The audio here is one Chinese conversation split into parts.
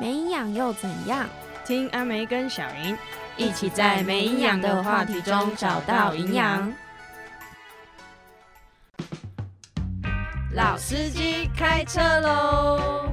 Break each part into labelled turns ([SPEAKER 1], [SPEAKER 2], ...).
[SPEAKER 1] 没营养又怎样？
[SPEAKER 2] 听阿梅跟小云
[SPEAKER 1] 一起在没营养的话题中找到营养。
[SPEAKER 2] 老司机开车喽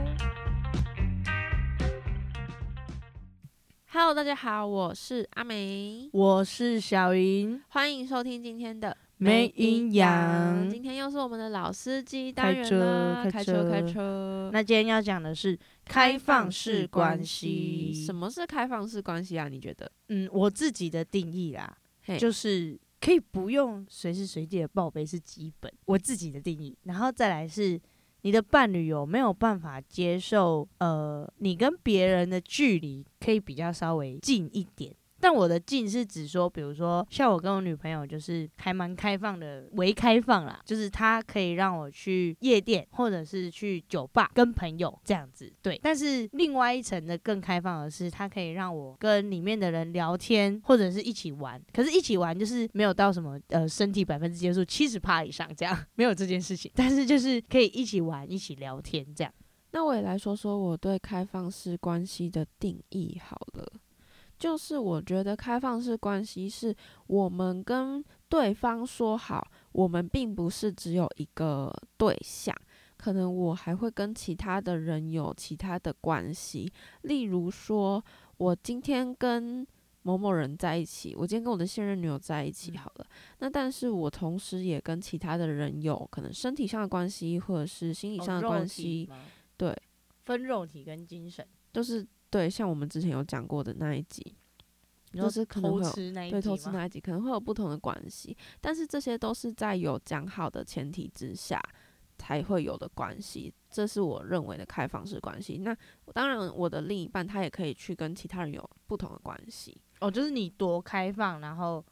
[SPEAKER 1] ！Hello，大家好，我是阿梅，
[SPEAKER 2] 我是小云，
[SPEAKER 1] 欢迎收听今天的
[SPEAKER 2] 没营养。
[SPEAKER 1] 今天又是我们的老司机单
[SPEAKER 2] 开
[SPEAKER 1] 元
[SPEAKER 2] 车
[SPEAKER 1] 啦，，开车，开。车。
[SPEAKER 2] 那今天要讲的是开放式关系。
[SPEAKER 1] 什么是开放式关系啊？你觉得？
[SPEAKER 2] 嗯，我自己的定义啦，
[SPEAKER 1] 嘿
[SPEAKER 2] 就是可以不用随时随地的报备是基本，我自己的定义。然后再来是你的伴侣有没有办法接受，呃，你跟别人的距离可以比较稍微近一点。但我的近是指说，比如说像我跟我女朋友就是还蛮开放的，微开放啦，就是她可以让我去夜店或者是去酒吧跟朋友这样子，对。但是另外一层的更开放的是，她可以让我跟里面的人聊天或者是一起玩，可是一起玩就是没有到什么呃身体百分之接触七十趴以上这样， 没有这件事情，但是就是可以一起玩、一起聊天这样。
[SPEAKER 1] 那我也来说说我对开放式关系的定义好了，就是我觉得开放式关系是我们跟对方说好，我们并不是只有一个对象，可能我还会跟其他的人有其他的关系，例如说我今天跟。某某人在一起，我今天跟我的现任女友在一起好了。那但是我同时也跟其他的人有可能身体上的关系，或者是心
[SPEAKER 2] 哦
[SPEAKER 1] 理上的关系，对，
[SPEAKER 2] 分肉体跟精神，
[SPEAKER 1] 就是对，像我们之前有讲过的那一集，
[SPEAKER 2] 你
[SPEAKER 1] 就
[SPEAKER 2] 说
[SPEAKER 1] 是可能
[SPEAKER 2] 偷
[SPEAKER 1] 会有
[SPEAKER 2] 吃那一
[SPEAKER 1] 对
[SPEAKER 2] 集
[SPEAKER 1] 投资
[SPEAKER 2] 吗
[SPEAKER 1] 那一集可能会有不同的关系，但是这些都是在有讲好的前提之下才会有的关系，这是我认为的开放式关系。那当然，我的另一半他也可以去跟其他人有不同的关系，
[SPEAKER 2] 哦，就是你多开放，然后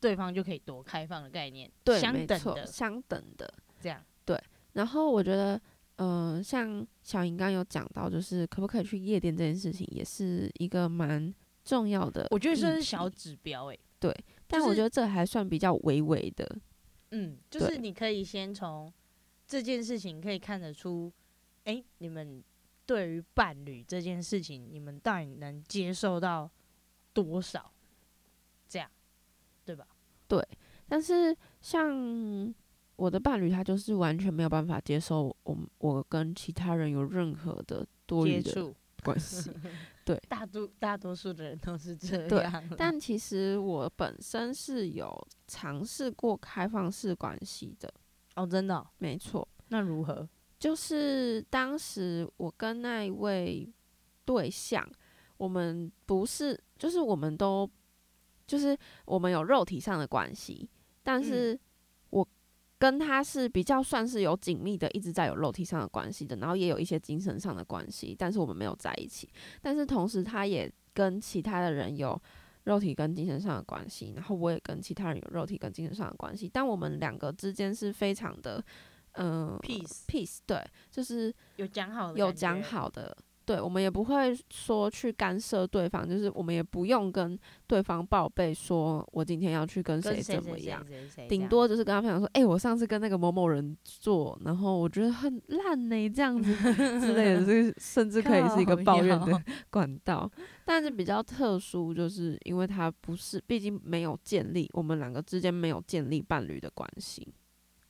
[SPEAKER 2] 对方就可以多开放的概念，
[SPEAKER 1] 对，
[SPEAKER 2] 相
[SPEAKER 1] 没
[SPEAKER 2] 等
[SPEAKER 1] 错
[SPEAKER 2] 的
[SPEAKER 1] 相等的。
[SPEAKER 2] 这样。
[SPEAKER 1] 然后我觉得，嗯、像小莹刚刚有讲到，就是可不可以去夜店这件事情，也是一个蛮重要的。
[SPEAKER 2] 我觉得这是
[SPEAKER 1] 嗯
[SPEAKER 2] 小指标欸诶、
[SPEAKER 1] 但
[SPEAKER 2] 就
[SPEAKER 1] 我
[SPEAKER 2] 是
[SPEAKER 1] 觉得这还算比较微微的，
[SPEAKER 2] 嗯，就
[SPEAKER 1] 对
[SPEAKER 2] 是你可以先从这件事情可以看得出，诶，你们对于伴侣这件事情，你们到底能接受到多少？这样，对吧？
[SPEAKER 1] 但是像我的伴侣，他就是完全没有办法接受我们我跟其他人有任何的多余
[SPEAKER 2] 接
[SPEAKER 1] 的
[SPEAKER 2] 触
[SPEAKER 1] 关 系。
[SPEAKER 2] 大多大多数的人都是这
[SPEAKER 1] 对
[SPEAKER 2] 样，
[SPEAKER 1] 但其实我本身是有尝试过开放式关系的，
[SPEAKER 2] 哦，真的哦、
[SPEAKER 1] 没错，
[SPEAKER 2] 那如何？
[SPEAKER 1] 就是当时我跟那一位对象，我们不是，就是我们都，就是我们有肉体上的关系，但是我跟他是比较算是有紧密的，一直在有肉体上的关系的，然后也有一些精神上的关系，但是我们没有在一起。但是同时，他也跟其他的人有肉体跟精神上的关系，然后我也跟其他人有肉体跟精神上的关系，但我们两个之间是非常的，嗯、
[SPEAKER 2] Peace
[SPEAKER 1] peace，对，就是
[SPEAKER 2] 有讲好的，
[SPEAKER 1] 有讲。好的，对，我们也不会说去干涉对方，就是我们也不用跟对方报备说我今天要去跟
[SPEAKER 2] 跟
[SPEAKER 1] 谁
[SPEAKER 2] 谁
[SPEAKER 1] 怎
[SPEAKER 2] 谁
[SPEAKER 1] 么
[SPEAKER 2] 谁
[SPEAKER 1] 样，
[SPEAKER 2] 谁谁这
[SPEAKER 1] 顶
[SPEAKER 2] 样
[SPEAKER 1] 多就是跟他分享说，哎、我上次跟那个某某人做，然后我觉得很烂呢、这样 子之类的，这个甚至可以是一个
[SPEAKER 2] 靠
[SPEAKER 1] 抱怨的
[SPEAKER 2] 腰
[SPEAKER 1] 管道。但是比较特殊，就是因为他不是，毕竟没有建立我们两个之间没有建立伴侣的关系，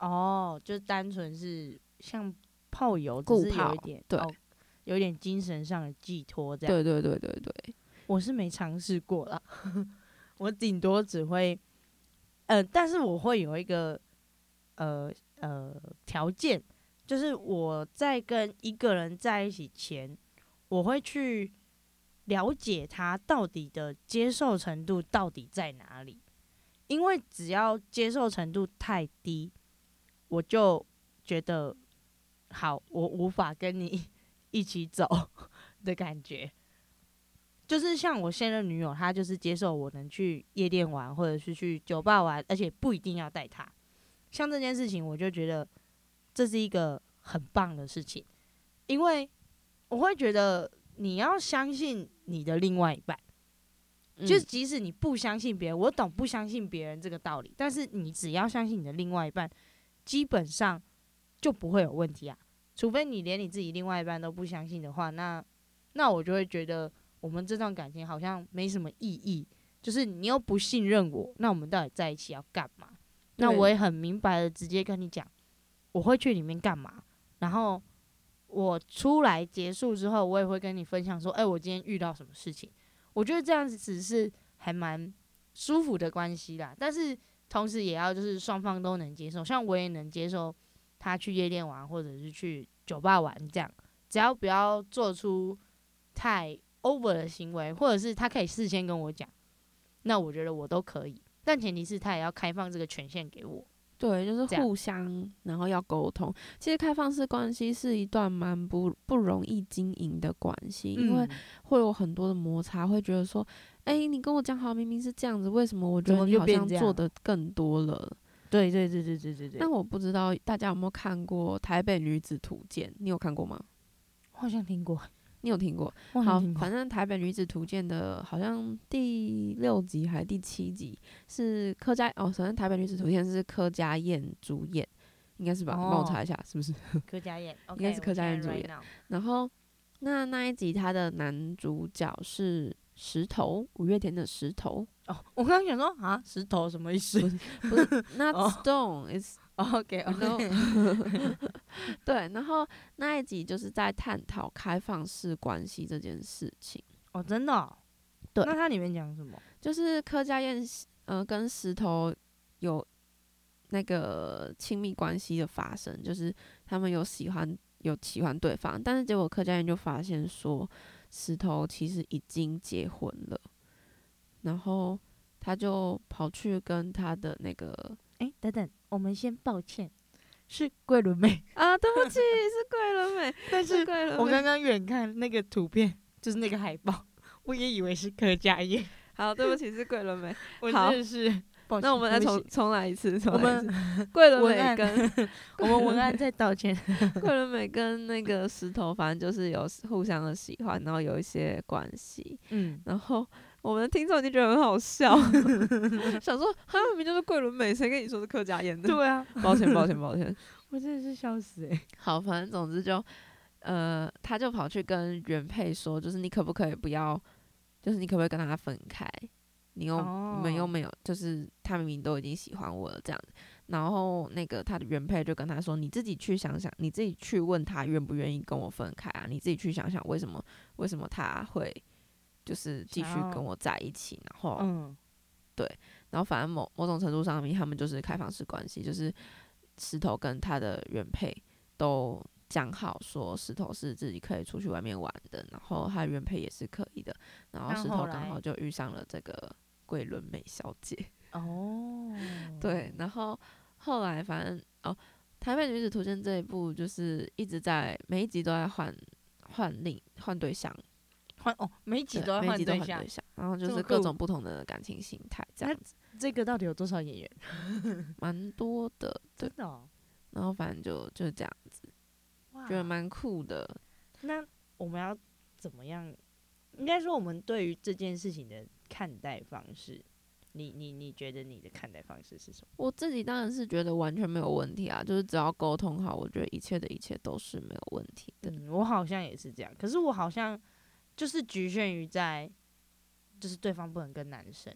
[SPEAKER 2] 哦，就单纯是像炮友，只
[SPEAKER 1] 顾
[SPEAKER 2] 是有
[SPEAKER 1] 炮
[SPEAKER 2] 一点
[SPEAKER 1] 对
[SPEAKER 2] 哦有一点精神上的寄托这样。
[SPEAKER 1] 对对对对对。
[SPEAKER 2] 我是没尝试过啦， 我顶多只会，呃，但是我会有一个呃呃条件，就是我在跟一个人在一起前，我会去了解他到底的接受程度到底在哪里，因为只要接受程度太低，我就觉得好，我无法跟你 一起走的感觉。就是像我现任女友，她就是接受我能去夜店玩，或者是去酒吧玩，而且不一定要带她。像这件事情，我就觉得这是一个很棒的事情，因为我会觉得你要相信你的另外一半，就是
[SPEAKER 1] 嗯
[SPEAKER 2] 即使你不相信别人，我懂不相信别人这个道理，但是你只要相信你的另外一半，基本上就不会有问题啊。除非你连你自己另外一半都不相信的话，那那我就会觉得我们这段感情好像没什么意义。就是你又不信任我，那我们到底在一起要干嘛？那
[SPEAKER 1] 对
[SPEAKER 2] 我也很明白的直接跟你讲，我会去里面干嘛，然后我出来结束之后，我也会跟你分享说，哎、我今天遇到什么事情。我觉得这样子只是还蛮舒服的关系啦，但是同时也要就是双方都能接受，像我也能接受他去夜店玩或者是去酒吧玩这样，只要不要做出太 over 的行为，或者是他可以事先跟我讲，那我觉得我都可以，但前提是他也要开放这个权限给我。
[SPEAKER 1] 对，就是
[SPEAKER 2] 这样
[SPEAKER 1] 互相，然后要沟通。其实开放式关系是一段蛮不不容易经营的关系，因为
[SPEAKER 2] 嗯
[SPEAKER 1] 会有很多的摩擦，会觉得说，哎、你跟我讲好明明是这样子，为什么我觉
[SPEAKER 2] 怎
[SPEAKER 1] 得
[SPEAKER 2] 么
[SPEAKER 1] 你
[SPEAKER 2] 就
[SPEAKER 1] 好
[SPEAKER 2] 变
[SPEAKER 1] 像
[SPEAKER 2] 这
[SPEAKER 1] 做
[SPEAKER 2] 样
[SPEAKER 1] 的更多了？
[SPEAKER 2] 对对对对对对对，
[SPEAKER 1] 但我不知道大家有没有看过《台北女子图鉴》，你有看过吗？
[SPEAKER 2] 我好像听过，
[SPEAKER 1] 你有听过？
[SPEAKER 2] 我好
[SPEAKER 1] 好
[SPEAKER 2] 像听，过
[SPEAKER 1] 反。正《台北女子图鉴》的好像第六集还是第七集是柯佳哦，反正《台北女子图鉴》是柯佳燕主演，应该是吧？你帮我
[SPEAKER 2] 哦
[SPEAKER 1] 查一下是不是？
[SPEAKER 2] 柯佳燕
[SPEAKER 1] 应该是柯佳嬿主演。然后那那一集他的男主角是石头，五月天的石头，
[SPEAKER 2] 哦，我刚刚想说啊，石头什么意思
[SPEAKER 1] 不不是 Not
[SPEAKER 2] 哦
[SPEAKER 1] Stone，it's、
[SPEAKER 2] ？OK 哦
[SPEAKER 1] you
[SPEAKER 2] OK，
[SPEAKER 1] know 对。然后那一集就是在探讨开放式关系这件事情，
[SPEAKER 2] 哦，真的哦。
[SPEAKER 1] 对
[SPEAKER 2] 那它里面讲什么？
[SPEAKER 1] 就是柯佳燕呃跟石头有那个亲密关系的发生，就是他们有喜欢有喜欢对方，但是结果柯佳燕就发现说石头其实已经结婚了，然后他就跑去跟他的那个
[SPEAKER 2] 哎、等等，我们先抱歉，是桂纶镁，
[SPEAKER 1] 啊，对不起，是桂纶镁，
[SPEAKER 2] 但
[SPEAKER 1] 是
[SPEAKER 2] 是
[SPEAKER 1] 桂纶
[SPEAKER 2] 我
[SPEAKER 1] 镁
[SPEAKER 2] 刚。刚远看那个图片，就是那个海报，我也以为是柯佳燕，
[SPEAKER 1] 好，对不起，是桂纶镁。
[SPEAKER 2] 我
[SPEAKER 1] 好
[SPEAKER 2] 真的是抱 歉。
[SPEAKER 1] 那我们再
[SPEAKER 2] 对不
[SPEAKER 1] 重
[SPEAKER 2] 起
[SPEAKER 1] 重来一次，重
[SPEAKER 2] 我
[SPEAKER 1] 来一
[SPEAKER 2] 们
[SPEAKER 1] 次。桂纶
[SPEAKER 2] 文
[SPEAKER 1] 镁
[SPEAKER 2] 案
[SPEAKER 1] 跟
[SPEAKER 2] 我们文 案再道歉。
[SPEAKER 1] 桂纶镁跟那个石头，反正就是有互相的喜欢，然后有一些关系。
[SPEAKER 2] 嗯，
[SPEAKER 1] 然后我们的听众已经觉得很好笑， 想说他明明就是桂纶镁，谁跟你说是客家演的？
[SPEAKER 2] 对啊，
[SPEAKER 1] 抱歉，抱歉，抱歉。
[SPEAKER 2] 我真的是笑死哎、欸。
[SPEAKER 1] 好，反正总之就，呃，他就跑去跟原配说，就是你可不可以不要，就是你可不可以跟他分开？你又、你们又
[SPEAKER 2] 哦
[SPEAKER 1] 没有，就是他明明都已经喜欢我了这样。然后那个他的原配就跟他说：“你自己去想想，你自己去问他愿不愿意跟我分开啊？你自己去想想为什么为什么他会就是继续
[SPEAKER 2] 想要
[SPEAKER 1] 跟我在一起，然后
[SPEAKER 2] 嗯，
[SPEAKER 1] 然后反正某某种程度上面，他们就是开放式关系，就是石头跟他的原配都讲好说，石头是自己可以出去外面玩的，然后他的原配也是可以的，然后
[SPEAKER 2] 那
[SPEAKER 1] 石头
[SPEAKER 2] 后
[SPEAKER 1] 刚
[SPEAKER 2] 来
[SPEAKER 1] 好就遇上了这个桂纶镁小姐，
[SPEAKER 2] 哦，
[SPEAKER 1] 对，然后后来反正哦，《台北女子图鉴》这一部就是一直在每一集都在换换另换对象，
[SPEAKER 2] 换哦，每一集
[SPEAKER 1] 对
[SPEAKER 2] 都要
[SPEAKER 1] 每一
[SPEAKER 2] 换
[SPEAKER 1] 集都
[SPEAKER 2] 对
[SPEAKER 1] 换
[SPEAKER 2] 象
[SPEAKER 1] 对。象，然后就
[SPEAKER 2] 这
[SPEAKER 1] 是
[SPEAKER 2] 么
[SPEAKER 1] 各
[SPEAKER 2] 酷
[SPEAKER 1] 种不同的感情形态，这样子
[SPEAKER 2] 这个到底有多少演员？
[SPEAKER 1] 蛮多的，对
[SPEAKER 2] 真。的、哦，
[SPEAKER 1] 然后反正就就是这样，
[SPEAKER 2] 哇
[SPEAKER 1] 觉得蛮酷的。
[SPEAKER 2] 那我们要怎么样？应该说，我们对于这件事情的看待方式，你你你觉得你的看待方式是什么？
[SPEAKER 1] 我自己当然是觉得完全没有问题啊，就是只要沟通好，我觉得一切的一切都是没有问题的。
[SPEAKER 2] 嗯，我好像也是这样，可是我好像就是局限于在，就是对方不能跟男生，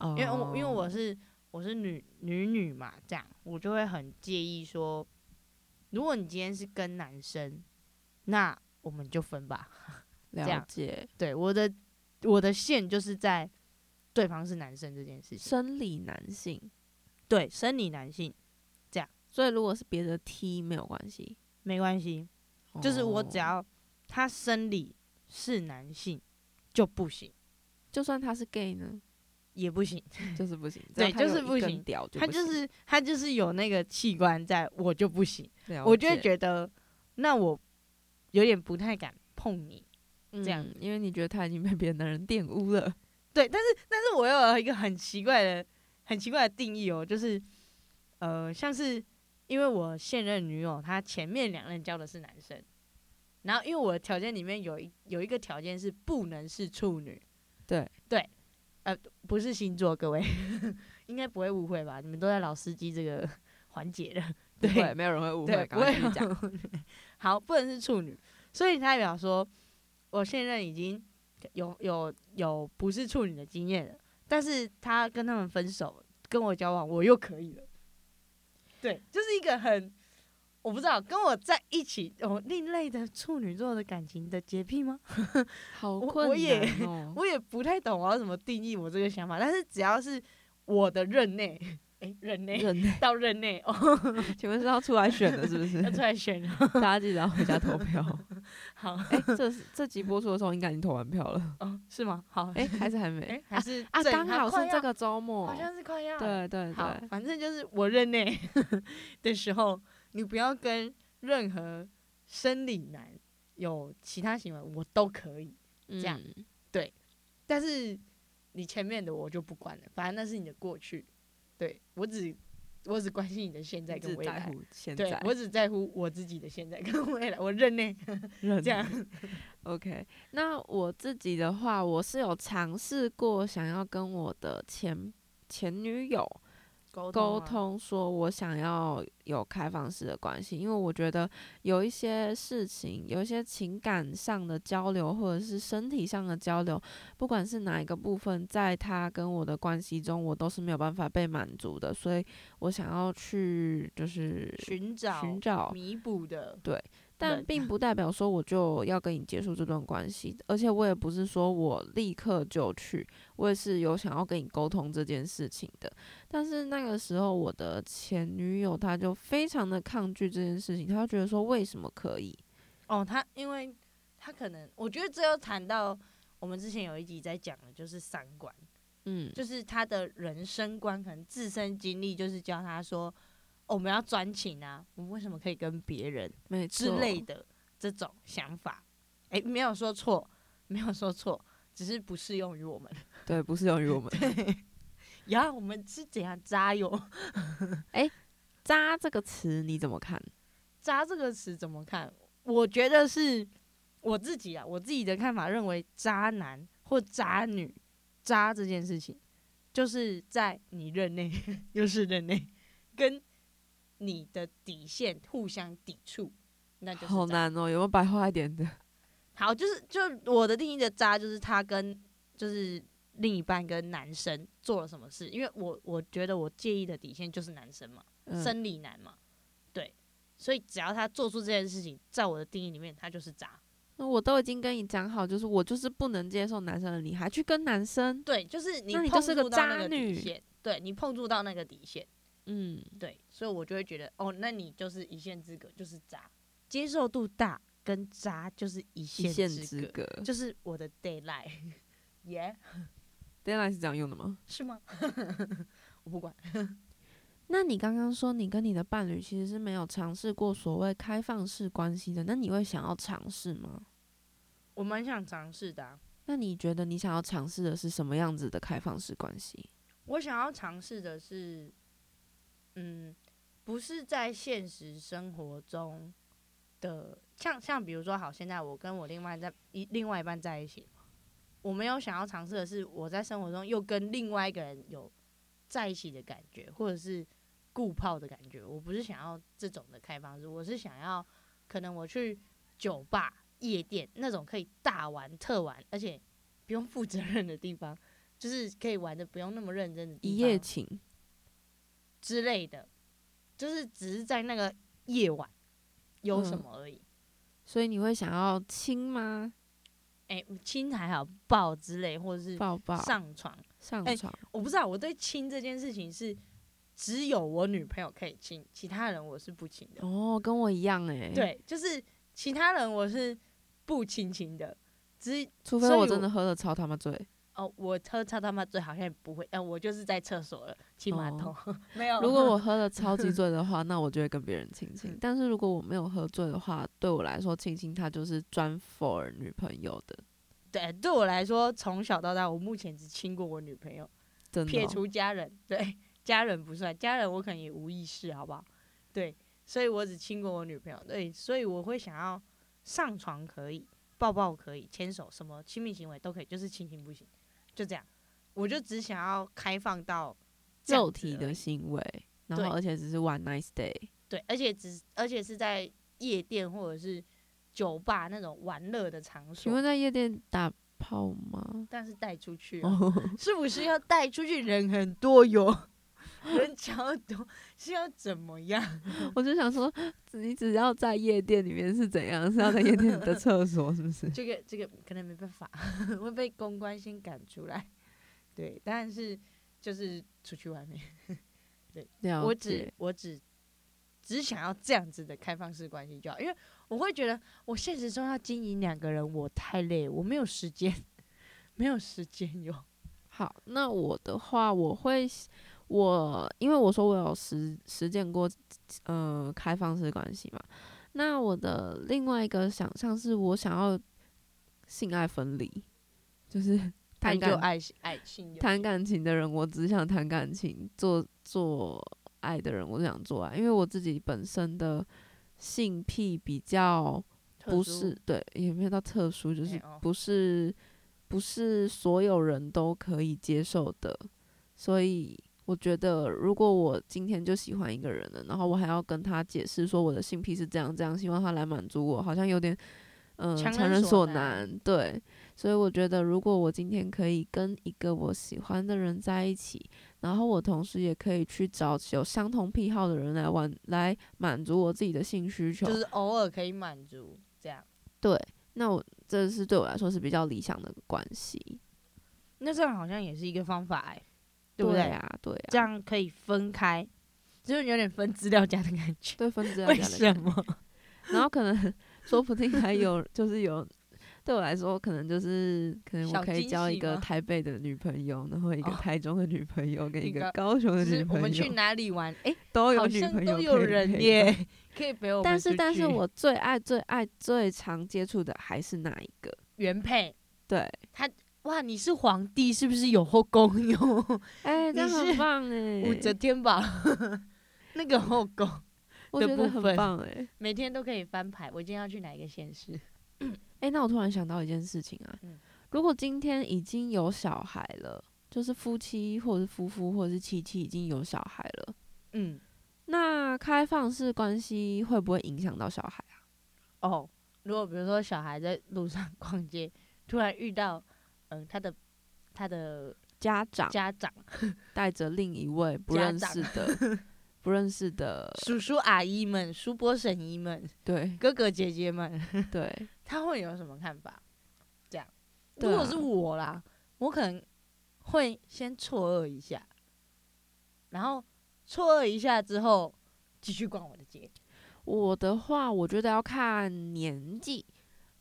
[SPEAKER 2] 嗯因为我因为
[SPEAKER 1] 哦
[SPEAKER 2] 我是我是女女女嘛，这样我就会很介意说，如果你今天是跟男生，那我们就分吧。这
[SPEAKER 1] 了
[SPEAKER 2] 样
[SPEAKER 1] 解
[SPEAKER 2] 对我的我的线就是在对方是男生这件事情，
[SPEAKER 1] 生理男性，
[SPEAKER 2] 对生理男性
[SPEAKER 1] 所以如果是别的 T 没有关系，
[SPEAKER 2] 没关系，就是我只
[SPEAKER 1] 哦
[SPEAKER 2] 要他生理是男性就不行，
[SPEAKER 1] 就算他是 gay 呢，
[SPEAKER 2] 也不行，
[SPEAKER 1] 就是不 行，
[SPEAKER 2] 对
[SPEAKER 1] 只要他有
[SPEAKER 2] 就是不
[SPEAKER 1] 一根
[SPEAKER 2] 行
[SPEAKER 1] 屌就
[SPEAKER 2] 他
[SPEAKER 1] 不
[SPEAKER 2] 就
[SPEAKER 1] 行
[SPEAKER 2] 是他就是有那个器官在，我就不行，
[SPEAKER 1] 了
[SPEAKER 2] 我就会
[SPEAKER 1] 解
[SPEAKER 2] 觉得那我有点不太敢碰你，这样
[SPEAKER 1] 嗯因为你觉得他已经被别的男人玷污 了，
[SPEAKER 2] 对，但是但是我又有一个很奇怪的、很奇怪的定义哦，就是呃，像是因为我现任女友她前面两任交的是男生，然后因为我的条件里面有一有一个条件是不能是处女，
[SPEAKER 1] 对
[SPEAKER 2] 对，呃，不是星座，各位 应该不会误会吧？你们都在老司机这个 环节了，
[SPEAKER 1] 不
[SPEAKER 2] 对
[SPEAKER 1] 会，没有人会误
[SPEAKER 2] 对
[SPEAKER 1] 会，，
[SPEAKER 2] 不
[SPEAKER 1] 赶快
[SPEAKER 2] 会
[SPEAKER 1] 继续讲，
[SPEAKER 2] 有好，不能是处女，所以他代表说，我现任已经有有有不是处女的经验了，但是他跟他们分手，跟我交往，我又可以了。对，就是一个很我不知道跟我在一起，哦，另类的处女座的感情的洁癖吗？
[SPEAKER 1] 好
[SPEAKER 2] 我
[SPEAKER 1] 困
[SPEAKER 2] 我也
[SPEAKER 1] 难哦、
[SPEAKER 2] 我也不太懂我要怎么定义我这个想法，但是只要是我的任内，诶，任内
[SPEAKER 1] 人类，
[SPEAKER 2] 到任内哦，
[SPEAKER 1] 请问是要出来选的，是不是
[SPEAKER 2] 要？出来选了，
[SPEAKER 1] 大家记得要回家投票。
[SPEAKER 2] 好
[SPEAKER 1] 哎、这是这集播出的时候，应该已经投完票了。
[SPEAKER 2] 哦，是吗？好，
[SPEAKER 1] 哎、还是还没？
[SPEAKER 2] 诶，还是
[SPEAKER 1] 啊，
[SPEAKER 2] 正
[SPEAKER 1] 刚好
[SPEAKER 2] 快
[SPEAKER 1] 是这
[SPEAKER 2] 要
[SPEAKER 1] 个周末
[SPEAKER 2] 好。像是快要了
[SPEAKER 1] 哦对对
[SPEAKER 2] 好
[SPEAKER 1] 对，，
[SPEAKER 2] 反正就是我任内 的时候，你不要跟任何生理男有其他行为，我都可以。
[SPEAKER 1] 这
[SPEAKER 2] 样但是你前面的我就不管了，反正那是你的过去。对我只我只关心你的现在跟
[SPEAKER 1] 只
[SPEAKER 2] 未
[SPEAKER 1] 在
[SPEAKER 2] 来，
[SPEAKER 1] 乎现
[SPEAKER 2] 对
[SPEAKER 1] 在，
[SPEAKER 2] 我只在乎我自己的现在跟未来。我任内
[SPEAKER 1] 认
[SPEAKER 2] 这样，
[SPEAKER 1] OK，那我自己的话，我是有尝试过想要跟我的前前女友
[SPEAKER 2] 沟
[SPEAKER 1] 沟通，啊说我想要有开放式的关系，因为我觉得有一些事情，有一些情感上的交流，或者是身体上的交流，不管是哪一个部分，在他跟我的关系中，我都是没有办法被满足的，所以我想要去就是
[SPEAKER 2] 寻找
[SPEAKER 1] 寻找
[SPEAKER 2] 弥补的，
[SPEAKER 1] 但
[SPEAKER 2] 人
[SPEAKER 1] 并不代表说我就要跟你结束这段关系，而且我也不是说我立刻就去，我也是有想要跟你沟通这件事情的。但是那个时候，我的前女友她就非常的抗拒这件事情，她就觉得说为什么可以？
[SPEAKER 2] 哦，他因为他可能，我觉得这又谈到我们之前有一集在讲的，就是三观，
[SPEAKER 1] 嗯，
[SPEAKER 2] 就是他的人生观，可能自身经历就是教他说，哦我们要专情啊，我们为什么可以跟别人
[SPEAKER 1] 没
[SPEAKER 2] 之
[SPEAKER 1] 错
[SPEAKER 2] 类的这种想法？诶，没有说错，没有说错，只是不适用于我们。
[SPEAKER 1] 对，不适用于我们。
[SPEAKER 2] 呀，我们是怎样渣哟？
[SPEAKER 1] 渣这个词你怎么看？
[SPEAKER 2] 渣这个词怎么看？我觉得是我自己啊，我自己的看法认为，渣男或渣女，渣这件事情，就是在你任内 又是任内，跟你的底线互相抵触，那就是
[SPEAKER 1] 好
[SPEAKER 2] 渣。
[SPEAKER 1] 难哦，有没有白话一点的？
[SPEAKER 2] 好，就是就我的定义的渣，就是他跟就是另一半跟男生做了什么事，因为我我觉得我介意的底线就是男生嘛。
[SPEAKER 1] 嗯，
[SPEAKER 2] 生理男嘛，对，所以只要他做出这件事情，在我的定义里面，他就是渣。
[SPEAKER 1] 那我都已经跟你讲好，就是我就是不能接受男生的你，还去跟男生，
[SPEAKER 2] 对，就是你
[SPEAKER 1] 那你
[SPEAKER 2] 碰
[SPEAKER 1] 就是个
[SPEAKER 2] 触到那
[SPEAKER 1] 渣
[SPEAKER 2] 个
[SPEAKER 1] 女
[SPEAKER 2] 底线，对你碰触到那个底线，
[SPEAKER 1] 嗯，
[SPEAKER 2] 对，所以我就会觉得，哦，那你就是一线之隔，就是渣。接受度大跟渣就是一
[SPEAKER 1] 一
[SPEAKER 2] 线
[SPEAKER 1] 线
[SPEAKER 2] 之
[SPEAKER 1] 之隔。
[SPEAKER 2] 就是我的 d a y l i g h t 耶
[SPEAKER 1] Deadline 是这样用的吗？
[SPEAKER 2] 是吗？ 我不管，
[SPEAKER 1] 那你刚刚说你跟你的伴侣其实是没有尝试过所谓开放式关系的，那你会想要尝试吗？
[SPEAKER 2] 我蛮想尝试的啊、
[SPEAKER 1] 那你觉得你想要尝试的是什么样子的开放式关系？
[SPEAKER 2] 我想要尝试的是，嗯，不是在现实生活中的，像像比如说，好，现在我跟我另外在一另外一半在一起，我没有想要尝试的是，我在生活中又跟另外一个人有在一起的感觉，或者是固泡的感觉。我不是想要这种的开放式，我是想要可能我去酒吧、夜店那种可以大玩特玩，而且不用负责任的地方，就是可以玩的不用那么认真的地
[SPEAKER 1] 一
[SPEAKER 2] 方
[SPEAKER 1] 夜情，
[SPEAKER 2] 之类的，就是只是在那个夜晚有什
[SPEAKER 1] 嗯
[SPEAKER 2] 么而已。
[SPEAKER 1] 所以你会想要亲吗？
[SPEAKER 2] 哎、亲还好，抱之类，或者是
[SPEAKER 1] 抱抱，
[SPEAKER 2] 上床，
[SPEAKER 1] 上
[SPEAKER 2] 哎
[SPEAKER 1] 床，
[SPEAKER 2] 我不知道，我对亲这件事情是只有我女朋友可以亲，其他人我是不亲的。
[SPEAKER 1] 哦，跟我一样哎、，
[SPEAKER 2] 对，就是其他人我是不亲亲的，只
[SPEAKER 1] 除非
[SPEAKER 2] 所以
[SPEAKER 1] 我
[SPEAKER 2] 我
[SPEAKER 1] 真的喝了超他妈醉。
[SPEAKER 2] 哦，我喝超他妈醉好像也不会，哎、我就是在厕所了，亲马桶、 没有。
[SPEAKER 1] 哦如果我喝了超 级醉的话，那我就会跟别人亲
[SPEAKER 2] 嗯
[SPEAKER 1] 亲。但是如果我没有喝醉的话，对我来说亲亲它就是专 for 女朋友的，
[SPEAKER 2] 对对我来说，从小到大，我目前只亲过我女朋友，
[SPEAKER 1] 真的
[SPEAKER 2] 撇
[SPEAKER 1] 哦、
[SPEAKER 2] 除家人，对家人不算，家人我可能也无意识，好不好？对，所以我只亲过我女朋友，对，所以我会想要上床可以，抱抱可以，牵手什么亲密行为都可以，就是亲亲不行，就这样。我就只想要开放到这样
[SPEAKER 1] 肉
[SPEAKER 2] 子
[SPEAKER 1] 体
[SPEAKER 2] 而
[SPEAKER 1] 的
[SPEAKER 2] 已
[SPEAKER 1] 行为，然后
[SPEAKER 2] 对
[SPEAKER 1] 而且只是 one nice day。
[SPEAKER 2] 对，而且只而且是在夜店或者是酒吧那种玩乐的场
[SPEAKER 1] 请
[SPEAKER 2] 所
[SPEAKER 1] 问，在夜店打炮 吗？
[SPEAKER 2] 但是带出去啊、
[SPEAKER 1] 哦，
[SPEAKER 2] 是不是要带出去？人很多哟， 人超多，是要怎么样？
[SPEAKER 1] 我就想说，你只要在夜店里面是怎样？是要在夜店 的厕所是不是？
[SPEAKER 2] 这个这个可能没办法， 会被公关先赶出来。对，但是就是出去外面，
[SPEAKER 1] 了
[SPEAKER 2] 我
[SPEAKER 1] 解
[SPEAKER 2] 只我只只想要这样子的开放式关系就好，因为我会觉得我现实中要经营两个人，我太累，我没有时间， 没有时间哟。
[SPEAKER 1] 好，那我的话，我会我因为我说我有实实践过呃开放式关系嘛，那我的另外一个想象是我想要性爱分离，就是
[SPEAKER 2] 爱
[SPEAKER 1] 谈
[SPEAKER 2] 就
[SPEAKER 1] 感
[SPEAKER 2] 爱爱性有
[SPEAKER 1] 谈感情的人，我只想谈感情；做做爱的人，我只想做爱。因为我自己本身的性癖比较
[SPEAKER 2] 特
[SPEAKER 1] 不
[SPEAKER 2] 殊
[SPEAKER 1] 是对，也没有到特殊，就
[SPEAKER 2] 哎
[SPEAKER 1] 是
[SPEAKER 2] 哦
[SPEAKER 1] 不是不是所有人都可以接受的。所以我觉得，如果我今天就喜欢一个人了，然后我还要跟他解释说我的性癖是这样这样，希望他来满足我，好像有点嗯、呃
[SPEAKER 2] 强人
[SPEAKER 1] 强人
[SPEAKER 2] 所
[SPEAKER 1] 所
[SPEAKER 2] 难
[SPEAKER 1] 难。对，所以我觉得，如果我今天可以跟一个我喜欢的人在一起，然后我同时也可以去找有相同癖好的人来玩，来满足我自己的性需求，
[SPEAKER 2] 就是偶尔可以满足这样。
[SPEAKER 1] 对，那我这是对我来说是比较理想的关系，
[SPEAKER 2] 那这样好像也是一个方法哎、对不对？
[SPEAKER 1] 啊，对啊，
[SPEAKER 2] 这样可以分开，就是有点分资料夹的感觉。
[SPEAKER 1] 对分 子要
[SPEAKER 2] 为
[SPEAKER 1] 加的
[SPEAKER 2] 什
[SPEAKER 1] 感觉
[SPEAKER 2] 么？
[SPEAKER 1] 然后可能说不定还有就是有，对我来说可能就是可能
[SPEAKER 2] 小
[SPEAKER 1] 我可以
[SPEAKER 2] 惊
[SPEAKER 1] 交一
[SPEAKER 2] 喜
[SPEAKER 1] 个
[SPEAKER 2] 吗
[SPEAKER 1] 台北的女朋友，然后一个
[SPEAKER 2] 哦
[SPEAKER 1] 台中的女朋 友跟
[SPEAKER 2] 一
[SPEAKER 1] 一个
[SPEAKER 2] 个
[SPEAKER 1] 高雄的
[SPEAKER 2] 就
[SPEAKER 1] 女
[SPEAKER 2] 是我
[SPEAKER 1] 朋
[SPEAKER 2] 们去
[SPEAKER 1] 友，
[SPEAKER 2] 哪里 玩？哎、
[SPEAKER 1] 都有
[SPEAKER 2] 好
[SPEAKER 1] 女
[SPEAKER 2] 像
[SPEAKER 1] 朋友
[SPEAKER 2] 都有
[SPEAKER 1] 可以
[SPEAKER 2] 人
[SPEAKER 1] 配
[SPEAKER 2] 耶，可以陪我们
[SPEAKER 1] 但是，
[SPEAKER 2] 出
[SPEAKER 1] 但是
[SPEAKER 2] 去
[SPEAKER 1] 我最爱、最爱、最常接触的还是哪一个？
[SPEAKER 2] 原配
[SPEAKER 1] 对，
[SPEAKER 2] 哇，你是皇帝是不是有后宫 哟？
[SPEAKER 1] 哎、这样
[SPEAKER 2] 你
[SPEAKER 1] 很
[SPEAKER 2] 是
[SPEAKER 1] 棒哎、
[SPEAKER 2] 武则天吧， 那个后宫
[SPEAKER 1] 我
[SPEAKER 2] 的
[SPEAKER 1] 觉得
[SPEAKER 2] 部
[SPEAKER 1] 很
[SPEAKER 2] 分
[SPEAKER 1] 棒哎、
[SPEAKER 2] 每天都可以翻牌。我今天要去哪一个县市？
[SPEAKER 1] 哎、那我突然想到一件事情啊，
[SPEAKER 2] 嗯
[SPEAKER 1] 如果今天已经有小孩了，就是夫妻或者是夫妇或者是妻妻已经有小孩了，
[SPEAKER 2] 嗯，
[SPEAKER 1] 那开放式关系会不会影响到小孩啊？
[SPEAKER 2] 哦，如果比如说小孩在路上逛街，突然遇到嗯、他的他的
[SPEAKER 1] 家长
[SPEAKER 2] 家长
[SPEAKER 1] 带着另一位不
[SPEAKER 2] 家
[SPEAKER 1] 认
[SPEAKER 2] 长
[SPEAKER 1] 识 的、不认识的，
[SPEAKER 2] 叔叔阿姨们、叔伯婶姨们、
[SPEAKER 1] 对
[SPEAKER 2] 哥哥姐姐们，
[SPEAKER 1] 对，
[SPEAKER 2] 他会有什么看法？这样，
[SPEAKER 1] 对
[SPEAKER 2] 如果
[SPEAKER 1] 啊
[SPEAKER 2] 是我啦，我可能会先错愕一下，然后错愕一下之后继续逛我的街。
[SPEAKER 1] 我的话，我觉得要看年纪。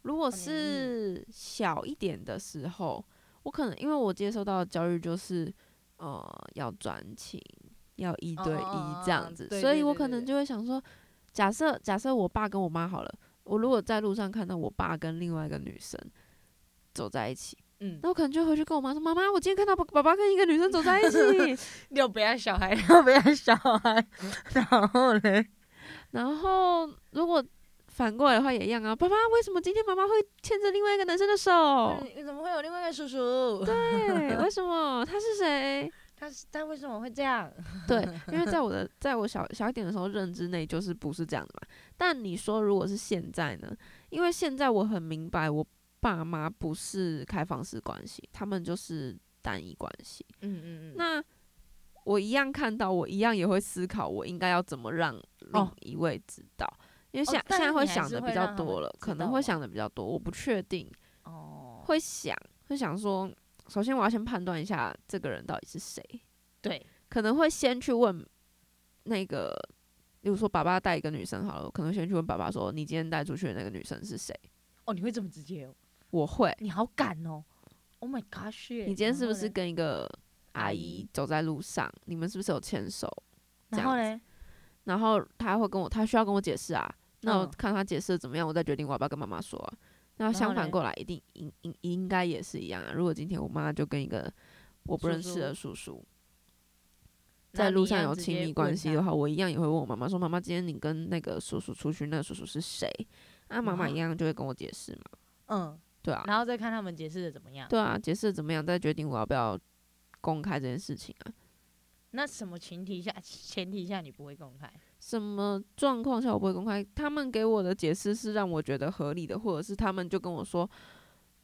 [SPEAKER 1] 如果
[SPEAKER 2] 哦年纪
[SPEAKER 1] 是小一点的时候，我可能因为我接受到的教育就是，呃，要专情，要一
[SPEAKER 2] 哦
[SPEAKER 1] 对
[SPEAKER 2] 哦哦
[SPEAKER 1] 一这样
[SPEAKER 2] 哦
[SPEAKER 1] 子，
[SPEAKER 2] 对
[SPEAKER 1] 所
[SPEAKER 2] 对
[SPEAKER 1] 以我
[SPEAKER 2] 对
[SPEAKER 1] 可
[SPEAKER 2] 对
[SPEAKER 1] 能
[SPEAKER 2] 对
[SPEAKER 1] 就会想说，假设假设我爸跟我妈好了，我如果在路上看到我爸跟另外一个女生走在一起，
[SPEAKER 2] 嗯，
[SPEAKER 1] 那我可能就回去跟我妈说，妈妈，我今天看到爸爸爸跟一个女生走在一起，
[SPEAKER 2] 要不要小孩？要不要小孩？然后嘞，
[SPEAKER 1] 然后如果反过来的话也一样啊，爸爸，为什么今天妈妈会牵着另外一个男生的手？
[SPEAKER 2] 你怎么会有另外一个叔叔？
[SPEAKER 1] 哦对，啊为什么他是谁？
[SPEAKER 2] 他是他为什么会 这样？
[SPEAKER 1] 对，因为在我的在我小小一点的时候认知内就是不是这样的嘛。但你说如果是现在呢？因为现在我很明白，我爸妈不是开放式关系，他们就是单一关系。
[SPEAKER 2] 嗯嗯嗯，
[SPEAKER 1] 那我一样看到，我一样也会思考，我应该要怎么让另
[SPEAKER 2] 哦
[SPEAKER 1] 一位知道。因为
[SPEAKER 2] 哦
[SPEAKER 1] 现、
[SPEAKER 2] 但
[SPEAKER 1] 现在
[SPEAKER 2] 是
[SPEAKER 1] 会
[SPEAKER 2] 你还
[SPEAKER 1] 想
[SPEAKER 2] 是
[SPEAKER 1] 的
[SPEAKER 2] 会
[SPEAKER 1] 比较
[SPEAKER 2] 让他们
[SPEAKER 1] 多了，
[SPEAKER 2] 知
[SPEAKER 1] 可
[SPEAKER 2] 道
[SPEAKER 1] 能会
[SPEAKER 2] 吗
[SPEAKER 1] 想的比较多，我不确定。
[SPEAKER 2] 哦，
[SPEAKER 1] 会想，会想说，首先我要先判断一下这个人到底是谁，
[SPEAKER 2] 对，
[SPEAKER 1] 可能会先去问那个，例如说爸爸带一个女生好了，我可能先去问爸爸说，你今天带出去的那个女生是谁？
[SPEAKER 2] 哦，你会这么直接哦？
[SPEAKER 1] 我会，
[SPEAKER 2] 你好敢哦！Oh my gosh！
[SPEAKER 1] 你今天是不是
[SPEAKER 2] 然后嘞
[SPEAKER 1] 跟一个阿
[SPEAKER 2] 阿
[SPEAKER 1] 姨
[SPEAKER 2] 姨
[SPEAKER 1] 走在路上？你们是不是有牵手？这
[SPEAKER 2] 然后
[SPEAKER 1] 样
[SPEAKER 2] 嘞，
[SPEAKER 1] 然后他会跟我，他需要跟我解释啊。那我
[SPEAKER 2] 嗯
[SPEAKER 1] 看他解释的怎么样，我再决定我要不要跟妈妈说啊、那
[SPEAKER 2] 后
[SPEAKER 1] 相反
[SPEAKER 2] 嘞
[SPEAKER 1] 过来，一定应应应该也是一样啊。如果今天我妈就跟一个我不认识的叔叔在路上有亲密关系的
[SPEAKER 2] 话，
[SPEAKER 1] 话，我一样也会问我妈妈说：“妈妈，今天你跟那个叔叔出去，那个叔叔是谁？”那妈妈
[SPEAKER 2] 哇
[SPEAKER 1] 一样就会跟我解释嘛，
[SPEAKER 2] 嗯，
[SPEAKER 1] 对啊，
[SPEAKER 2] 然后再看他们解释的怎么样。
[SPEAKER 1] 对啊，解释得怎么样，再决定我要不要公开这件事情啊。
[SPEAKER 2] 那什么前提下前提下你不会公开？
[SPEAKER 1] 什么状况下我不会公开，他们给我的解释是让我觉得合理的，或者是他们就跟我说，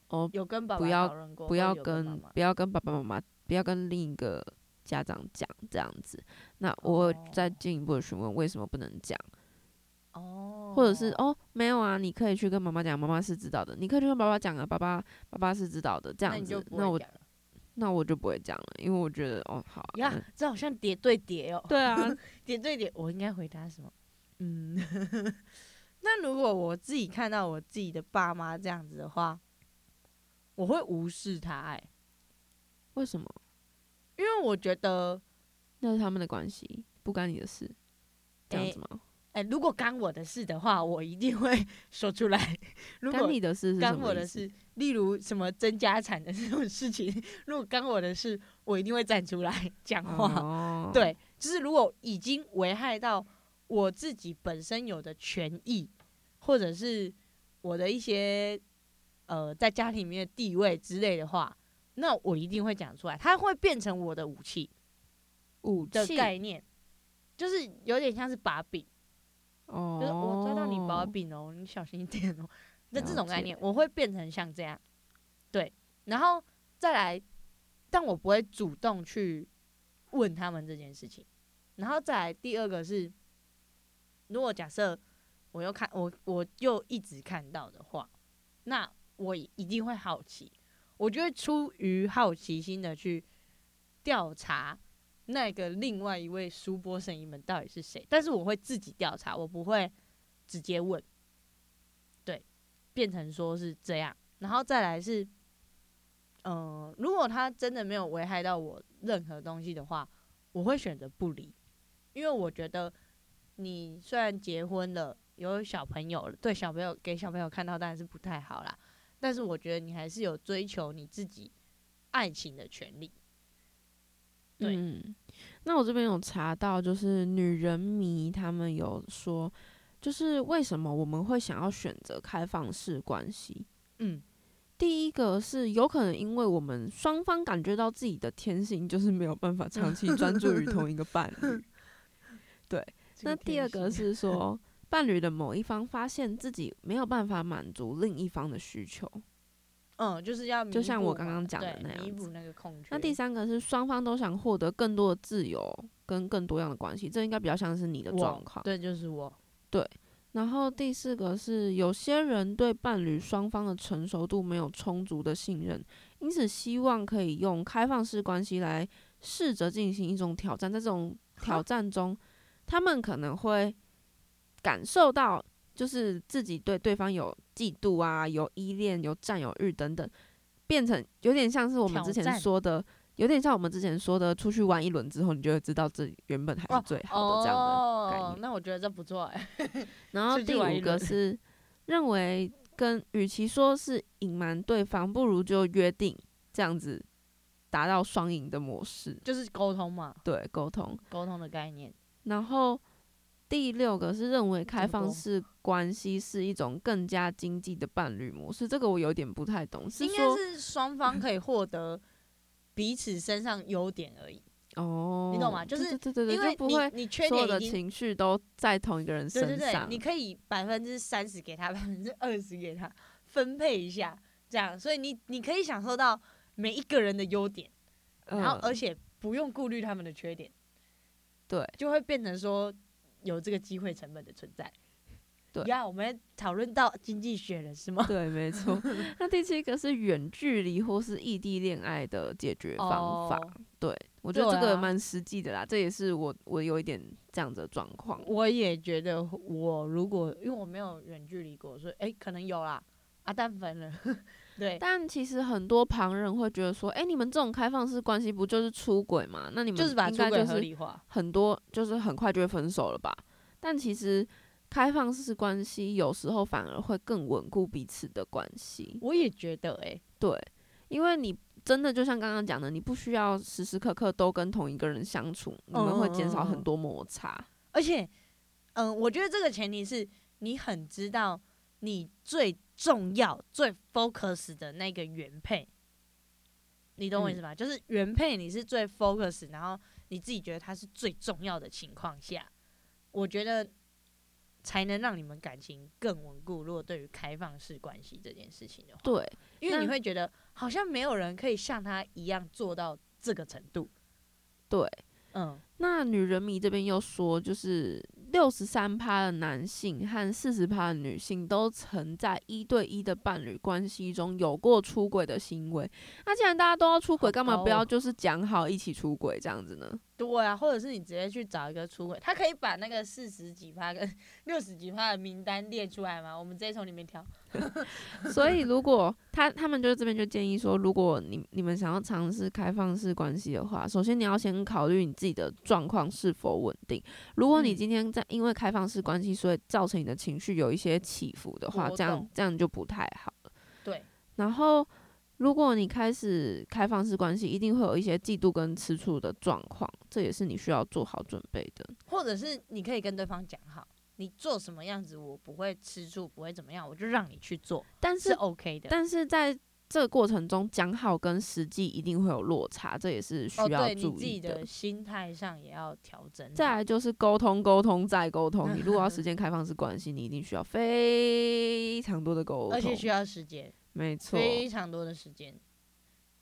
[SPEAKER 1] 哦，
[SPEAKER 2] 有跟爸
[SPEAKER 1] 不
[SPEAKER 2] 爸
[SPEAKER 1] 要
[SPEAKER 2] 讨论过，
[SPEAKER 1] 不
[SPEAKER 2] 或
[SPEAKER 1] 要
[SPEAKER 2] 有跟妈
[SPEAKER 1] 跟
[SPEAKER 2] 妈
[SPEAKER 1] 不要跟爸爸妈妈，不要跟另一个家长讲这样子。那我再
[SPEAKER 2] 哦
[SPEAKER 1] 进一步的询问为什么不能讲，
[SPEAKER 2] 哦，
[SPEAKER 1] 或者是哦没有啊，你可以去跟妈妈讲，妈妈是知道的，你可以去跟爸爸讲啊，爸爸爸爸是知道的这
[SPEAKER 2] 那
[SPEAKER 1] 样
[SPEAKER 2] 你就
[SPEAKER 1] 子。
[SPEAKER 2] 不
[SPEAKER 1] 那
[SPEAKER 2] 会
[SPEAKER 1] 我
[SPEAKER 2] 讲了
[SPEAKER 1] 那我就不会讲了，因为我觉得哦好啊、嗯
[SPEAKER 2] 呀，这好像叠对叠哦，
[SPEAKER 1] 对啊，
[SPEAKER 2] 叠对叠，我应该回答什么？嗯， 那如果我自己看到我自己的爸妈这样子的话，我会无视他哎、
[SPEAKER 1] 为什么？
[SPEAKER 2] 因为我觉得
[SPEAKER 1] 那是他们的关系，不干你的事，这样
[SPEAKER 2] 诶
[SPEAKER 1] 子吗？
[SPEAKER 2] 哎、如果干我的事的话，我一定会说出来。如
[SPEAKER 1] 干
[SPEAKER 2] 果
[SPEAKER 1] 你的事是什
[SPEAKER 2] 干
[SPEAKER 1] 么
[SPEAKER 2] 我
[SPEAKER 1] 意
[SPEAKER 2] 的
[SPEAKER 1] 思，
[SPEAKER 2] 事，例如什么争家产 的这种事情，如果干我的事，我一定会站出来 讲话。
[SPEAKER 1] 哦，
[SPEAKER 2] 对，就是如果已经危害到我自己本身有的权益，或者是我的一些呃在家里面的地位之类的话，那我一定会讲出来，它会变成我的武器
[SPEAKER 1] 武
[SPEAKER 2] 的
[SPEAKER 1] 器
[SPEAKER 2] 概念，就是有点像是把柄。
[SPEAKER 1] 哦，
[SPEAKER 2] 就是我抓到你把柄哦，你小心一点哦。那
[SPEAKER 1] 了
[SPEAKER 2] 这种概
[SPEAKER 1] 解
[SPEAKER 2] 念，我会变成像这样，对，然后再来，但我不会主动去问他们这件事情。然后再来第二个是，如果假设我又看我我又一直看到的话，那我一定会好奇，我就会出于好奇心的去调查那个另外一位苏波神医们到底是谁，但是我会自己调查，我不会直接问。对，变成说是这样，然后再来是，嗯、如果他真的没有危害到我任何东西的话，我会选择不理，因为我觉得你虽然结婚了，有小朋友了，对小朋友给小朋友看到当然是不太好啦，但是我觉得你还是有追求你自己爱情的权利。对
[SPEAKER 1] 嗯，那我这边有查到，就是女人迷他们有说，就是为什么我们会想要选择开放式关系？
[SPEAKER 2] 嗯，
[SPEAKER 1] 第一个是有可能因为我们双方感觉到自己的天性就是没有办法长期专注于同一个伴 侣。那第二个是说，伴侣的某一方发现自己没有办法满足另一方的需求。
[SPEAKER 2] 嗯，就是要
[SPEAKER 1] 就
[SPEAKER 2] 弥
[SPEAKER 1] 像我
[SPEAKER 2] 补
[SPEAKER 1] 刚
[SPEAKER 2] 嘛
[SPEAKER 1] 刚讲的
[SPEAKER 2] 对
[SPEAKER 1] 那样
[SPEAKER 2] 弥
[SPEAKER 1] 子
[SPEAKER 2] 补那个空缺。
[SPEAKER 1] 那第三个是双方都想获得更多的自由跟更多样的关系，这应该比较像是你的
[SPEAKER 2] 我
[SPEAKER 1] 状况。
[SPEAKER 2] 对，就是我，
[SPEAKER 1] 然后第四个是有些人对伴侣双方的成熟度没有充足的信任，因此希望可以用开放式关系来试着进行一种挑战。在这种挑战中，他们可能会感受到，就是自己对对方有嫉妒啊、有依恋、有占有欲等等，变成有点像是我们
[SPEAKER 2] 挑
[SPEAKER 1] 之前
[SPEAKER 2] 战
[SPEAKER 1] 说的。有点像我们之前说的，出去玩一轮之后，你就会知道这原本还是最好的这样的概
[SPEAKER 2] 哦
[SPEAKER 1] 念，
[SPEAKER 2] 那我觉得这不错哎。
[SPEAKER 1] 然后
[SPEAKER 2] 出去
[SPEAKER 1] 第
[SPEAKER 2] 玩
[SPEAKER 1] 五
[SPEAKER 2] 一
[SPEAKER 1] 个
[SPEAKER 2] 轮
[SPEAKER 1] 是认为跟与其说是隐瞒对方，不如就约定这样子达到双赢的模式，
[SPEAKER 2] 就是沟通嘛，
[SPEAKER 1] 对沟通。
[SPEAKER 2] 沟通的概念。
[SPEAKER 1] 然后第六个是认为开
[SPEAKER 2] 么
[SPEAKER 1] 放
[SPEAKER 2] 多
[SPEAKER 1] 式关系是一种更加经济的伴侣模式，这个我有点不太懂，是
[SPEAKER 2] 应该
[SPEAKER 1] 说
[SPEAKER 2] 是双方可以获得彼此身上优点而已，
[SPEAKER 1] 哦，
[SPEAKER 2] 懂吗
[SPEAKER 1] 对
[SPEAKER 2] 就是
[SPEAKER 1] 对对对
[SPEAKER 2] 因
[SPEAKER 1] 对，
[SPEAKER 2] 为
[SPEAKER 1] 就不会
[SPEAKER 2] 你你缺
[SPEAKER 1] 所有的
[SPEAKER 2] 点已经
[SPEAKER 1] 情绪都在同一个人
[SPEAKER 2] 对对
[SPEAKER 1] 身
[SPEAKER 2] 对，
[SPEAKER 1] 上，
[SPEAKER 2] 你可以百分之三十给他，百分之二十给他分配一下，这样，所以你你可以享受到每一个人的优点，然后
[SPEAKER 1] 嗯
[SPEAKER 2] 而且不用顾虑他们的缺点。
[SPEAKER 1] 对
[SPEAKER 2] 就会变成说有这个机会成本的存在。
[SPEAKER 1] 对
[SPEAKER 2] 呀我们讨论到经济学了是吗？
[SPEAKER 1] 对，没错。 那第七个是远距离或是异地恋爱的解决方法。
[SPEAKER 2] 哦
[SPEAKER 1] 对，我觉得
[SPEAKER 2] 对
[SPEAKER 1] 这个
[SPEAKER 2] 啊
[SPEAKER 1] 蛮实际的啦，这也是我我有一点这样子的状况。
[SPEAKER 2] 我也觉得，我如果因为我没有远距离过，所以哎、诶可能有啦。啊，但分了， 对，
[SPEAKER 1] 但其实很多旁人会觉得说，哎、你们这种开放式关系不就是出轨吗？那你们
[SPEAKER 2] 就是把
[SPEAKER 1] 嗯应
[SPEAKER 2] 出
[SPEAKER 1] 该
[SPEAKER 2] 轨
[SPEAKER 1] 就
[SPEAKER 2] 合
[SPEAKER 1] 是
[SPEAKER 2] 理化。
[SPEAKER 1] 很多就是很快就会分手了吧？但其实开放式关系有时候反而会更稳固彼此的关系。
[SPEAKER 2] 我也觉得、诶，
[SPEAKER 1] 对，因为你真的就像刚刚讲的，你不需要时时刻刻都跟同一个人相处，你们会减少
[SPEAKER 2] 嗯嗯
[SPEAKER 1] 很
[SPEAKER 2] 嗯
[SPEAKER 1] 多摩擦。
[SPEAKER 2] 而且，嗯、我觉得这个前提是你很知道你最重要、最 focus 的那个原配，你懂我
[SPEAKER 1] 嗯
[SPEAKER 2] 意思吧？就是原配你是最 focus，然后你自己觉得它是最重要的情况下，我觉得才能让你们感情更稳固。如果对于开放式关系这件事情的话，
[SPEAKER 1] 对，
[SPEAKER 2] 因为你
[SPEAKER 1] 那
[SPEAKER 2] 会觉得好像没有人可以像他一样做到这个程度。
[SPEAKER 1] 对，
[SPEAKER 2] 嗯，
[SPEAKER 1] 那女人迷这边又说，就是六十三趴的男性和四十趴的女性都曾在一对一的伴侣关系中有过出轨的行为。那既然大家都要出轨，
[SPEAKER 2] 好
[SPEAKER 1] 干嘛
[SPEAKER 2] 高
[SPEAKER 1] 不要
[SPEAKER 2] 哦
[SPEAKER 1] 就是讲好一起出轨这样子呢？
[SPEAKER 2] 对啊，或者是你直接去找一个出轨，他可以把那个四十几趴跟 六十几趴的名单列出来吗？我们直接从里面挑。
[SPEAKER 1] 所以如果他他们就这边就建议说，如果你你们想要尝试开放式关系的话，首先你要先考虑你自己的状况是否稳定。如果你
[SPEAKER 2] 嗯
[SPEAKER 1] 今天在因为开放式关系，所以造成你的情绪有一些起伏的话，
[SPEAKER 2] 波
[SPEAKER 1] 这样
[SPEAKER 2] 动
[SPEAKER 1] 这样就不太好。
[SPEAKER 2] 对，
[SPEAKER 1] 然后，如果你开始开放式关系，一定会有一些嫉妒跟吃醋的状况，这也是你需要做好准备的。
[SPEAKER 2] 或者是你可以跟对方讲好，你做什么样子，我不会吃醋，不会怎么样，我就让你去做，
[SPEAKER 1] 但
[SPEAKER 2] 是
[SPEAKER 1] 是，
[SPEAKER 2] OK 的。
[SPEAKER 1] 但是在这个过程中，讲好跟实际一定会有落差，这也是需
[SPEAKER 2] 哦，
[SPEAKER 1] 要
[SPEAKER 2] 对你
[SPEAKER 1] 注
[SPEAKER 2] 自
[SPEAKER 1] 意
[SPEAKER 2] 己
[SPEAKER 1] 的。
[SPEAKER 2] 的心态上也要调整。
[SPEAKER 1] 再来，就是沟通，沟通再沟通。你如果要 实践开放式关系，你一定需要非常多的沟通，
[SPEAKER 2] 而且需要时间，
[SPEAKER 1] 没错，
[SPEAKER 2] 非常多的时间，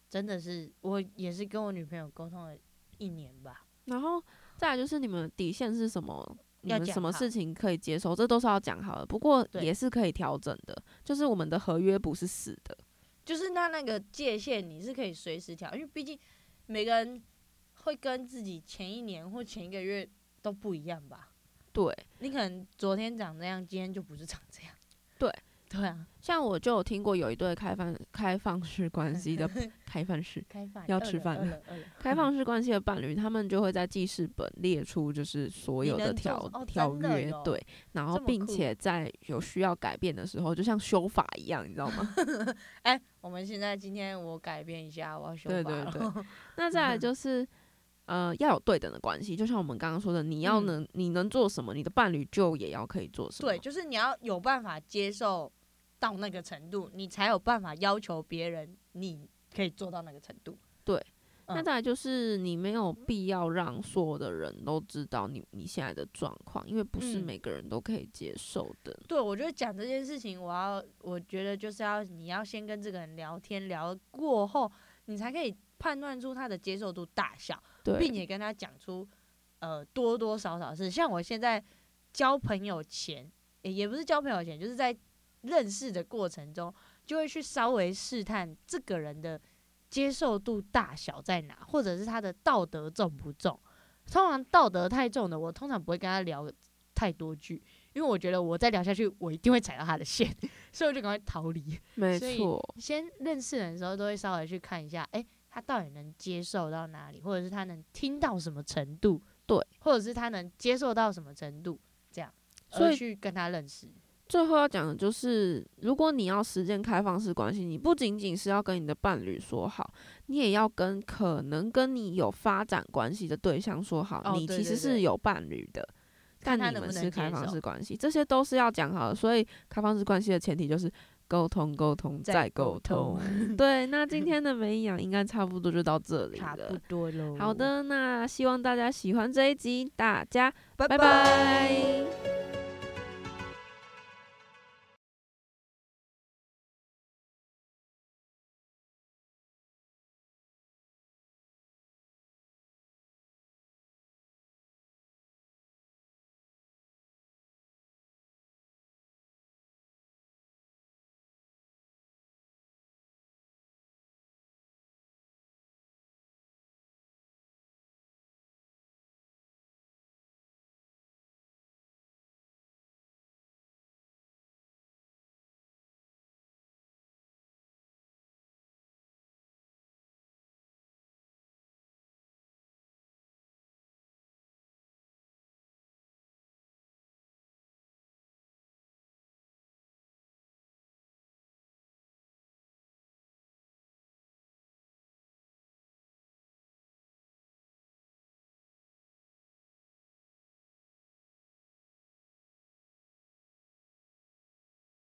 [SPEAKER 2] 真的是我也是跟我女朋友沟通了一年吧。
[SPEAKER 1] 然后再来就是你们的底线是什么？你
[SPEAKER 2] 要
[SPEAKER 1] 们
[SPEAKER 2] 讲
[SPEAKER 1] 什么
[SPEAKER 2] 好
[SPEAKER 1] 事情可以接受，这都是要讲好的。不过
[SPEAKER 2] 对
[SPEAKER 1] 也是可以调整的，就是我们的合约不是死的。
[SPEAKER 2] 就是那那个界限你是可以随时调，因为毕竟每个人会跟自己前一年或前一个月都不一样吧。
[SPEAKER 1] 对，
[SPEAKER 2] 你可能昨天长这样，今天就不是长这样。
[SPEAKER 1] 对，
[SPEAKER 2] 对啊，
[SPEAKER 1] 像我就有听过有一对开放开放式关系 的开放式
[SPEAKER 2] 开饭
[SPEAKER 1] 要吃饭
[SPEAKER 2] 了，饿了饿了
[SPEAKER 1] 开放式关系的伴侣，他们就会在记事本列出就是所
[SPEAKER 2] 你
[SPEAKER 1] 有的
[SPEAKER 2] 能做
[SPEAKER 1] 条、
[SPEAKER 2] 什么哦
[SPEAKER 1] 条
[SPEAKER 2] 真的
[SPEAKER 1] 约
[SPEAKER 2] 哟，
[SPEAKER 1] 对，然后
[SPEAKER 2] 这么
[SPEAKER 1] 并
[SPEAKER 2] 酷
[SPEAKER 1] 且在有需要改变的时候，就像修法一样，你知道吗？
[SPEAKER 2] 哎、我们现在今天我改变一下，我要 修
[SPEAKER 1] 对
[SPEAKER 2] 法哦
[SPEAKER 1] 对
[SPEAKER 2] 了。
[SPEAKER 1] 对那再来就是，呃，要有对等的关系，就像我们刚刚说的，你要
[SPEAKER 2] 嗯
[SPEAKER 1] 能、你能做什么，你的伴侣就也要可以做什么。
[SPEAKER 2] 对，就是你要有办法接受到那个程度，你才有办法要求别人你可以做到那个程度。
[SPEAKER 1] 那
[SPEAKER 2] 嗯
[SPEAKER 1] 再来就是，你没有必要让所有的人都知道你你现在的状况，因为不是
[SPEAKER 2] 嗯
[SPEAKER 1] 每个人都可以接受的。
[SPEAKER 2] 对，我觉得讲这件事情，我要我觉得就是要你要先跟这个人聊天，聊过后，你才可以判断出他的接受度大小，并
[SPEAKER 1] 对，
[SPEAKER 2] 且跟他讲出呃多多少少是像我现在交朋友前，也也不是交朋友前，就是在认识的过程中，就会去稍微试探这个人的接受度大小在哪，或者是他的道德重不重。通常道德太重的，我通常不会跟他聊太多句，因为我觉得我再聊下去，我一定会踩到他的线，所以我就赶快逃离。
[SPEAKER 1] 没
[SPEAKER 2] 所以
[SPEAKER 1] 错，
[SPEAKER 2] 先认识人的时候，都会稍微去看一下，诶，他到底能接受到哪里，或者是他能听到什么程度，
[SPEAKER 1] 对，
[SPEAKER 2] 或者是他能接受到什么程度，这样，
[SPEAKER 1] 所
[SPEAKER 2] 而
[SPEAKER 1] 以
[SPEAKER 2] 去跟他认识。
[SPEAKER 1] 最后要讲的就是，如果你要实践开放式关系，你不仅仅是要跟你的伴侣说好，你也要跟可能跟你有发展关系的对象说好，
[SPEAKER 2] 哦
[SPEAKER 1] 你
[SPEAKER 2] 对
[SPEAKER 1] 其实
[SPEAKER 2] 对对
[SPEAKER 1] 是有伴侣的，但
[SPEAKER 2] 看他
[SPEAKER 1] 你
[SPEAKER 2] 能不
[SPEAKER 1] 们
[SPEAKER 2] 能
[SPEAKER 1] 是
[SPEAKER 2] 接
[SPEAKER 1] 开放
[SPEAKER 2] 受
[SPEAKER 1] 式关系，这些都是要讲好的。所以开放式关系的前提就是沟通、沟通
[SPEAKER 2] 再
[SPEAKER 1] 再
[SPEAKER 2] 沟
[SPEAKER 1] 沟通。 对，那今天的没营养应该差不多就到这里
[SPEAKER 2] 差不
[SPEAKER 1] 了。
[SPEAKER 2] 多喽。
[SPEAKER 1] 好，的，那希望大家喜欢这一集，大家
[SPEAKER 2] 拜
[SPEAKER 1] 拜
[SPEAKER 2] 拜
[SPEAKER 1] 拜